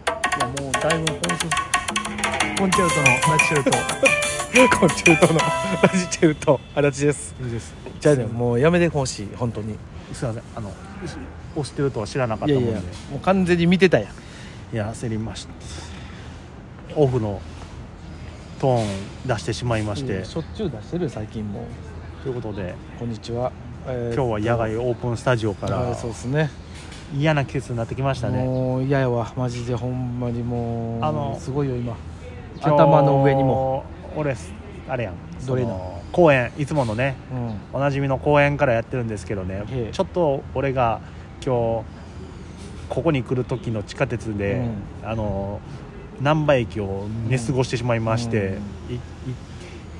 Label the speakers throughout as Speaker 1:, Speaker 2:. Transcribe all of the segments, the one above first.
Speaker 1: だいぶ本当コンチェルトのラチチェルト
Speaker 2: コンチェルトのラジチェルト足立です
Speaker 1: いいです
Speaker 2: じゃあねもうやめてほしい本当に
Speaker 1: すいませんあの押してるとは知らなかっ
Speaker 2: い
Speaker 1: た
Speaker 2: や
Speaker 1: もん
Speaker 2: い
Speaker 1: でい
Speaker 2: や
Speaker 1: や
Speaker 2: もう完全に見てたやん
Speaker 1: 焦りましたオフのトーン出してしまいまし
Speaker 2: い
Speaker 1: て
Speaker 2: やしょっちゅう出してるよ最近もう
Speaker 1: ということで
Speaker 2: こんにちは、えー
Speaker 1: 今日は野外オープンスタジオから
Speaker 2: あーそうですね
Speaker 1: 嫌な季節になってきましたね
Speaker 2: もう嫌やわマジでほんまにもう
Speaker 1: あの
Speaker 2: すごいよ今
Speaker 1: 今日
Speaker 2: 頭の上にも
Speaker 1: 俺あれやん
Speaker 2: どれなん
Speaker 1: その公園いつものね
Speaker 2: うん
Speaker 1: おなじみの公園からやってるんですけど
Speaker 2: え
Speaker 1: ね
Speaker 2: え
Speaker 1: ちょっと俺が今日ここに来る時の地下鉄で、あの難波駅を寝過ごしてしまいまして、いい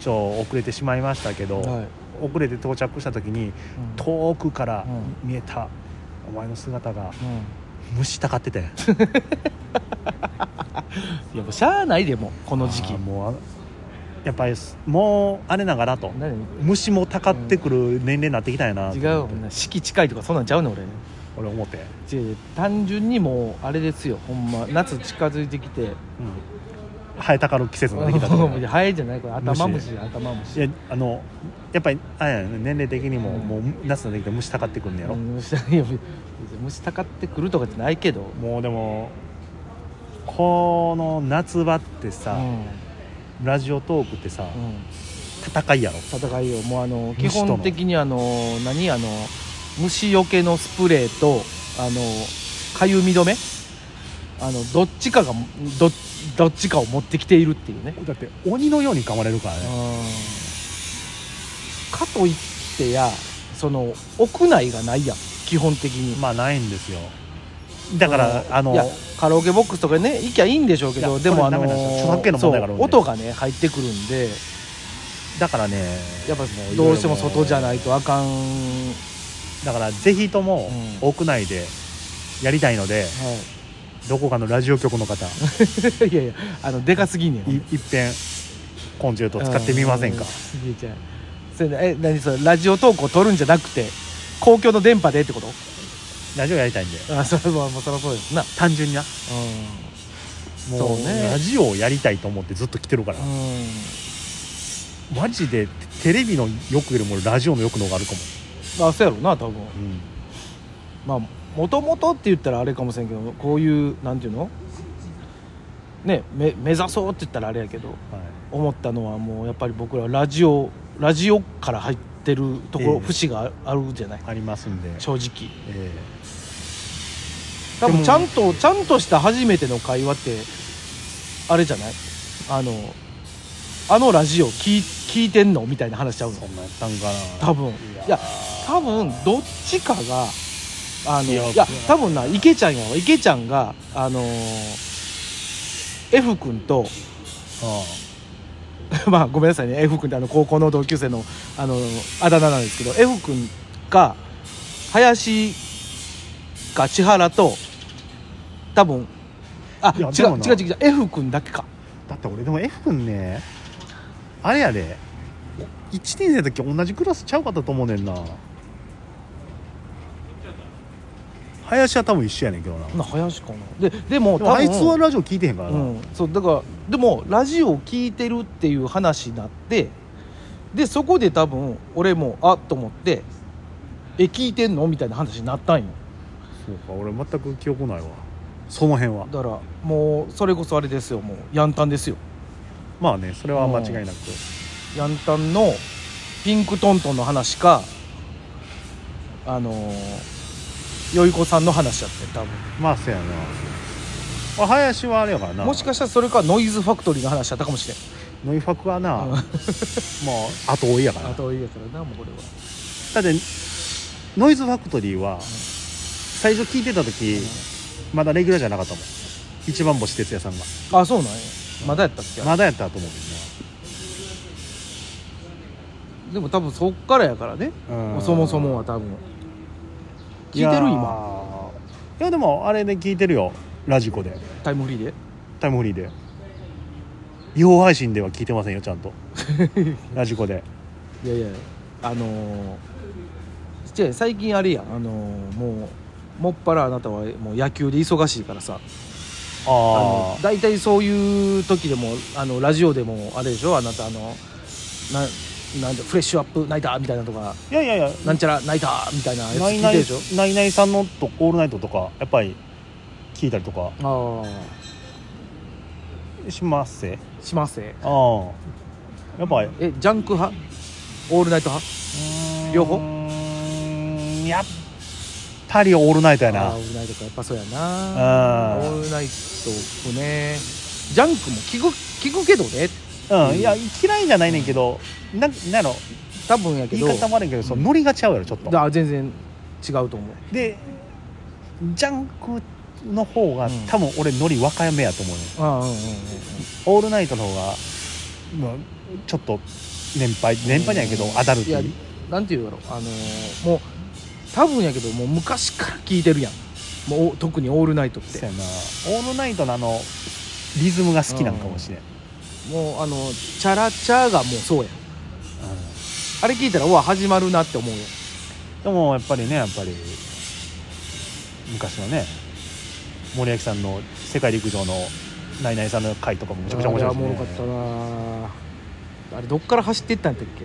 Speaker 1: ちょ遅れてしまいましたけど、
Speaker 2: はい
Speaker 1: 遅れて到着した時
Speaker 2: う
Speaker 1: に
Speaker 2: ん
Speaker 1: 遠くから
Speaker 2: う
Speaker 1: 見えた、お前の姿が
Speaker 2: うん
Speaker 1: 虫たかってて
Speaker 2: いやもうしゃあないでもこの時期
Speaker 1: あーもうあのやっぱりもうあれながらと
Speaker 2: 何
Speaker 1: 虫もたかってくる年齢になってきたんやなと
Speaker 2: 違
Speaker 1: 思
Speaker 2: う
Speaker 1: って
Speaker 2: よな四季近いとかそんなんちゃうねん俺
Speaker 1: 俺思って、
Speaker 2: 違う違う単純にもうあれですよほんま夏近づいてきて
Speaker 1: うん、生えたかる季節になってきたと
Speaker 2: もうハエじゃ ないこれ頭虫頭
Speaker 1: い
Speaker 2: 虫
Speaker 1: やあのやっぱりあれやね年齢的にも、
Speaker 2: うん
Speaker 1: もう夏の時って虫たかってくるんねやろ、
Speaker 2: うん虫いや虫たかってくるとかじゃないけど
Speaker 1: もうでもこの夏場ってさ、
Speaker 2: うん
Speaker 1: ラジオトークってさ、
Speaker 2: うん
Speaker 1: 戦いやろ
Speaker 2: 戦いよもうあの基
Speaker 1: 虫との
Speaker 2: 本的にあの何あの虫よけのスプレーとあのかゆみ止めあのどっちかがどどっちかを持ってきているっていうね
Speaker 1: だって鬼のように噛まれるからね
Speaker 2: かといってやその屋内がないやん基本的に
Speaker 1: まあないんですよだから、
Speaker 2: そ
Speaker 1: あの
Speaker 2: いやカラオケボックスとかね行きゃいいんでしょうけ
Speaker 1: い
Speaker 2: ど
Speaker 1: や
Speaker 2: でもあの
Speaker 1: これダメなんですよ著作権の問題があるんで
Speaker 2: そう音がね入ってくるんで
Speaker 1: だからね
Speaker 2: やっぱ
Speaker 1: もいろいろ
Speaker 2: どうしても外じゃない とあかん、はい
Speaker 1: だからぜひとも
Speaker 2: うん
Speaker 1: 屋内でやりたいので、どこかのラジオ局の方
Speaker 2: いやいやあのでかすぎんねん
Speaker 1: いいっぺんコンチュート使ってみません
Speaker 2: う
Speaker 1: か
Speaker 2: すげえじゃんそれでえ何それラジオ投稿取るんじゃなくて公共の電波でってこと
Speaker 1: ラジオやりたいんで
Speaker 2: あそ れはもうそりゃそうですな
Speaker 1: 単純にな
Speaker 2: う
Speaker 1: もう
Speaker 2: そうね
Speaker 1: ラジオをやりたいと思ってずっと来てるから、
Speaker 2: ん、うん、
Speaker 1: マジでテレビの欲よりもラジオの欲の方があるかも、
Speaker 2: あそうやろうな多分まあもともとって言ったらあれかもしれんけどこういうなんていうのねめ目指そうって言ったらあれやけど
Speaker 1: はい
Speaker 2: 思ったのはもうやっぱり僕らラジオラジオから入ってるところ、
Speaker 1: ええ
Speaker 2: 節があるじゃない
Speaker 1: ありますんで、
Speaker 2: 正直
Speaker 1: え
Speaker 2: 多
Speaker 1: で
Speaker 2: 分
Speaker 1: も
Speaker 2: ちゃんとちゃんとした初めての会話ってあれじゃないあのあのラジオ聞い聞いてんのみたいな話しちゃう
Speaker 1: え
Speaker 2: の
Speaker 1: そんなんやったんかな
Speaker 2: 多分い
Speaker 1: い
Speaker 2: や
Speaker 1: や
Speaker 2: 多分どっちかがあのい
Speaker 1: い
Speaker 2: や
Speaker 1: や
Speaker 2: 多分な池ちゃんやわ池ちゃんがあのー F 君と まあごめんなさいね F 君ってあの高校の同級生のあのあだ名なんですけど F 君が林か千原と多分あ
Speaker 1: い
Speaker 2: 違
Speaker 1: や
Speaker 2: う
Speaker 1: でもな
Speaker 2: 違う違う違う F 君だけか
Speaker 1: だって俺でも F 君ねあれやで1年生の時同じクラスちゃうかったと思うねんな林は多分一緒やねんけどなで
Speaker 2: な林かなででも多
Speaker 1: も
Speaker 2: 分
Speaker 1: あいつはラジオ聞いてへんから
Speaker 2: う
Speaker 1: な、
Speaker 2: ん、そうだからでもラジオを聞いてるっていう話になってでそこで多分俺もあっと思って「え聞いてんの?」みたいな話になったんよ
Speaker 1: そうか俺全く記憶ないわその辺は
Speaker 2: だからもうそれこそあれですよもうヤンタンですよ
Speaker 1: まあねそれは間違いなく、
Speaker 2: ヤンタンのピンクトントンの話かあのーよいこさんの話だって多分
Speaker 1: まあそうやなまあ林はあれやからな
Speaker 2: もしかしたらそれかノイズファクトリーの話だったかもしれん
Speaker 1: ノイファクはな
Speaker 2: うん
Speaker 1: もう後追いやからだ
Speaker 2: 後いいやからなもうこれは
Speaker 1: ってノイズファクトリーは最初聞いてた時まだレギュラーじゃなかったもん一番星哲也さんが
Speaker 2: あそうなんやまだやったっけ、
Speaker 1: まだやったと思う
Speaker 2: でも多分そっからやからね
Speaker 1: けどな
Speaker 2: もうそもそもは多分聞いてる今
Speaker 1: 今いやでもあれで聞いてるよラジコで
Speaker 2: タイムフリーで
Speaker 1: タイムフリーで違法配信では聞いてませんよちゃ んとラジコで
Speaker 2: いやいやあのーじゃあ最近あれやんあのーもうもっぱらあなたはもう野球で忙しいからさ
Speaker 1: あ
Speaker 2: あの
Speaker 1: あ
Speaker 2: 大体そういう時でもあのラジオでもあれでしょあなたあのななんだフレッシュアップナイターみたいなとか
Speaker 1: いやいやいや
Speaker 2: なんちゃらナイターみたいなやつ
Speaker 1: ナ
Speaker 2: 聞
Speaker 1: イ
Speaker 2: いて
Speaker 1: ナ
Speaker 2: る
Speaker 1: イ
Speaker 2: でしょ
Speaker 1: ナイナイさんのとオールナイトとかやっぱり聞いたりとか
Speaker 2: あ
Speaker 1: しますせ
Speaker 2: あしますね
Speaker 1: ああやっぱ
Speaker 2: えジャンク派オールナイト派両方
Speaker 1: うーんやっぱりオールナイトや
Speaker 2: あー
Speaker 1: な
Speaker 2: オールナイトかやっぱそうやな
Speaker 1: あー
Speaker 2: オールナイトねジャンクも聞く聞くけどね
Speaker 1: うんいや嫌いじゃないねんけどなんなんやろ
Speaker 2: 多分やけ
Speaker 1: 言い
Speaker 2: ど
Speaker 1: 方悪いけどそのノリが違うやろちょっと
Speaker 2: だ全然違うと思う
Speaker 1: でジャンクの方が、
Speaker 2: うん
Speaker 1: 多分俺ノリ若めやと思うね
Speaker 2: あーうんうんうんうん
Speaker 1: オールナイトの方が、まあ、ちょっと年配年配じゃないけど、アダルテ
Speaker 2: いや
Speaker 1: ィー
Speaker 2: なんていうだろうあのーもう多分やけどもう昔から聞いてるやんもう特にオールナイトっ
Speaker 1: そう
Speaker 2: て
Speaker 1: やなオールナイトのあのリズムが好きなんかもしれん、
Speaker 2: もうあのチャラチャがもうそうやん
Speaker 1: う
Speaker 2: あれ聞いたらうわ始まるなって思うよ
Speaker 1: んでもやっぱりねやっぱり昔のね森脇さんの世界陸上のナイナイさんの回とかもめちゃくちゃ面白い
Speaker 2: あれはおもろかったなあれどっから走ってったんやったっけ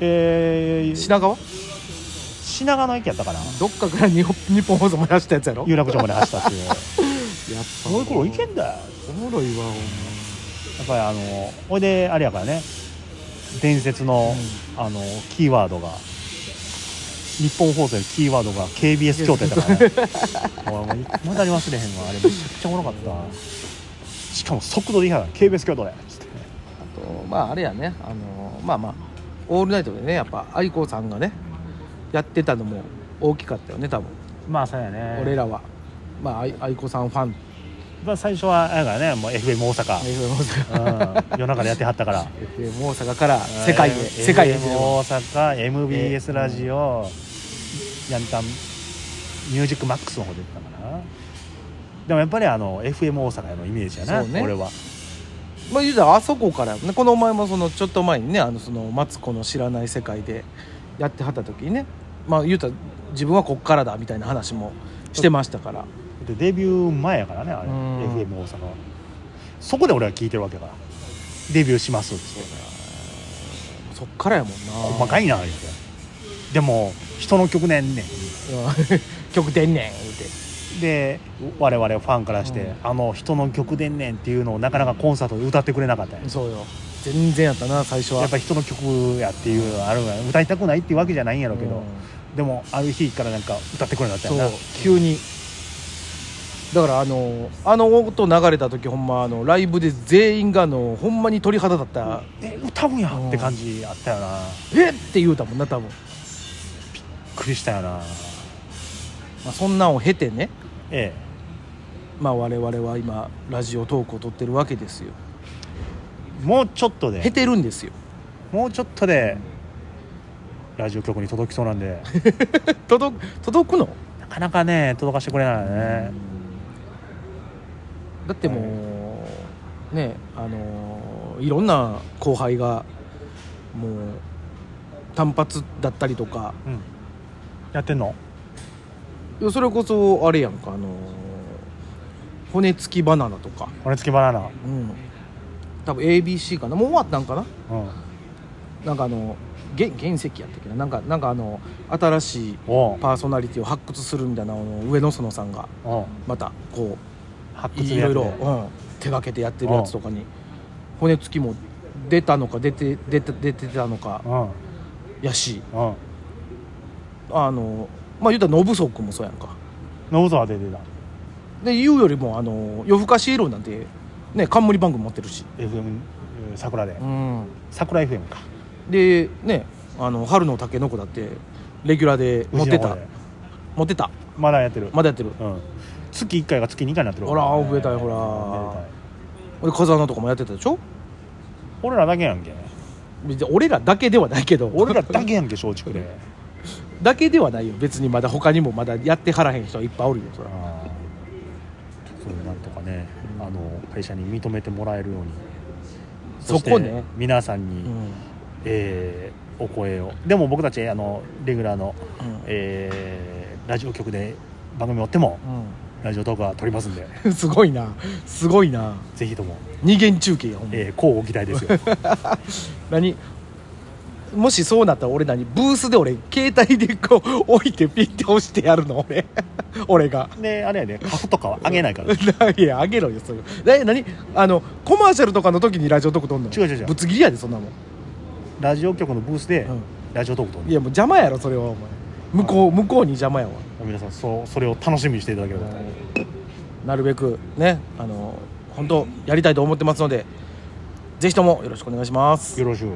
Speaker 1: えー、
Speaker 2: 品川
Speaker 1: 品川の駅やったかな
Speaker 2: どっかから日本日本放送も出したやつやろ
Speaker 1: 有楽町まで走ったっていう
Speaker 2: やっぱ
Speaker 1: そういう頃いけんだよ
Speaker 2: おもろいわほんま
Speaker 1: やっぱりあのほいであれやからね伝説の,、あのキーワードが日本放送のキーワードが KBS 京都やっ たからね俺もうまだに忘れへんわあれめちゃくちゃおもろかったしかも速度でいいから KBS 京都でつってね
Speaker 2: あとまああれやねあのまあまあオールナイトでねやっぱ愛子さんがねやってたのも大きかったよね多分
Speaker 1: まあそうやね
Speaker 2: 俺らはまあ愛愛子さんファン
Speaker 1: まあ、最初はあれやからねもう FM 大阪、
Speaker 2: FM 大阪
Speaker 1: うん、夜中でやってはったから
Speaker 2: FM 大阪から世界へ世界へ
Speaker 1: FM 大阪 MBS ラジオ、ヤンタンミュージックマックスの方で行ったかなでもやっぱりあの FM 大阪のイメージやな、
Speaker 2: そうね
Speaker 1: 俺は
Speaker 2: まあ言うたらあそこからねこの前もそのちょっと前にねあのそのマツコの知らない世界でやってはった時にねまあ言うたら自分はこっからだみたいな話もしてましたから
Speaker 1: でデビュー前やからねあれ
Speaker 2: うん
Speaker 1: FM 大阪はそこで俺は聞いてるわけだからデビューしますって言って
Speaker 2: そっからやもんな
Speaker 1: 細かいなあれってでも人の曲ねんねん
Speaker 2: うん 曲出んねん言うて
Speaker 1: で我々ファンからして、
Speaker 2: うん
Speaker 1: あの人の曲でんねんっていうのをなかなかコンサートで歌ってくれなかったんや
Speaker 2: そうよ全然やったな最初は
Speaker 1: やっぱり人の曲やっていうのはあるんや歌いたくないっていうわけじゃないんやろうけど、
Speaker 2: うん
Speaker 1: でもある日からなんか歌ってくれなかった
Speaker 2: そ
Speaker 1: よ
Speaker 2: う
Speaker 1: な
Speaker 2: 急にだからあのあの音流れた時ほんまあのライブで全員があのほんまに鳥肌だった、
Speaker 1: え歌うんやって感じあったよな
Speaker 2: えっって言うたもんな多分、
Speaker 1: びっくりしたよな
Speaker 2: まあ、そんなんを経てね
Speaker 1: え
Speaker 2: まあ我々は今ラジオトークを撮ってるわけですよ
Speaker 1: えもうちょっと
Speaker 2: 経
Speaker 1: で
Speaker 2: てるんですよ
Speaker 1: もうちょっとでラジオ局に届きそうなんで
Speaker 2: 届く届くの
Speaker 1: なかなかね届かしてくれないよね
Speaker 2: だってもうねあのいろんな後輩がもう単発だったりとか
Speaker 1: うんやってんの
Speaker 2: いやそれこそあれやんかあのー骨付きバナナとか
Speaker 1: 骨付きバナナ
Speaker 2: うん多分 ABC かなもう終わったんかな
Speaker 1: うん
Speaker 2: なんかあのげ原石やったっけななんかなんかあの新しい
Speaker 1: おう
Speaker 2: パーソナリティを発掘するみたいなのを上野園さんが
Speaker 1: おう
Speaker 2: またこ
Speaker 1: 発
Speaker 2: う
Speaker 1: 掘
Speaker 2: い
Speaker 1: のや
Speaker 2: ろ
Speaker 1: つ
Speaker 2: い
Speaker 1: で
Speaker 2: ろ、うん、手がけてやってるやつとかに骨付きも出たのか出て出て出てたのか
Speaker 1: うん
Speaker 2: やし
Speaker 1: うん
Speaker 2: あのまあ言うたら信君もそうやんか
Speaker 1: ノブゾは出てた
Speaker 2: で言うよりもあの夜更かし理論なんてね冠番組持ってるし
Speaker 1: FM えー桜で
Speaker 2: うん
Speaker 1: 桜 FM か
Speaker 2: でねあの春のたけのこだってレギュラーで持って
Speaker 1: うち
Speaker 2: た
Speaker 1: の方で
Speaker 2: 持ってた
Speaker 1: まだやってる
Speaker 2: まだやってる
Speaker 1: うん、月1回が月2回になってる
Speaker 2: ほら増えたよほら
Speaker 1: めでたい
Speaker 2: で風穴とかもやってたでしょ
Speaker 1: 俺らだけ やんけ
Speaker 2: 別に俺らだけではないけど
Speaker 1: 俺らだけやんけ松竹で
Speaker 2: だけではないよ別にまだ他にもまだやってはらへん人はいっぱいおるよそら
Speaker 1: あーそれなんとかね、あの会社に認めてもらえるように
Speaker 2: そ
Speaker 1: して
Speaker 2: こね
Speaker 1: 皆さん
Speaker 2: う
Speaker 1: に、
Speaker 2: ん、うん
Speaker 1: えーお声をでも僕たちあのレギュラーの、えーラジオ局で番組を追っても
Speaker 2: うん
Speaker 1: ラジオトークは撮りますんで
Speaker 2: すごいなすごいな
Speaker 1: ぜひとも、
Speaker 2: 二元中継やほんま、
Speaker 1: えー、こうご期 待ですよ
Speaker 2: 何もしそうなったら俺何ブースで俺携帯でこう置いてピッて押してやるの俺 俺が
Speaker 1: であれやね株とかは上げないから
Speaker 2: いやあげろよそれえ何あのコマーシャルとかの時にラジオトーク撮んの
Speaker 1: 違う違う違う
Speaker 2: ぶつ切りやでそんなもん、
Speaker 1: ラジオ局のブースで
Speaker 2: うん
Speaker 1: ラジオトークと、
Speaker 2: いやもう邪魔やろそれはお前向こう向こうに邪魔やわ
Speaker 1: 皆さんそうそれを楽しみにしていただければと、
Speaker 2: なるべくねあの本当やりたいと思ってますのでぜひともよろしくお願いします
Speaker 1: よろしく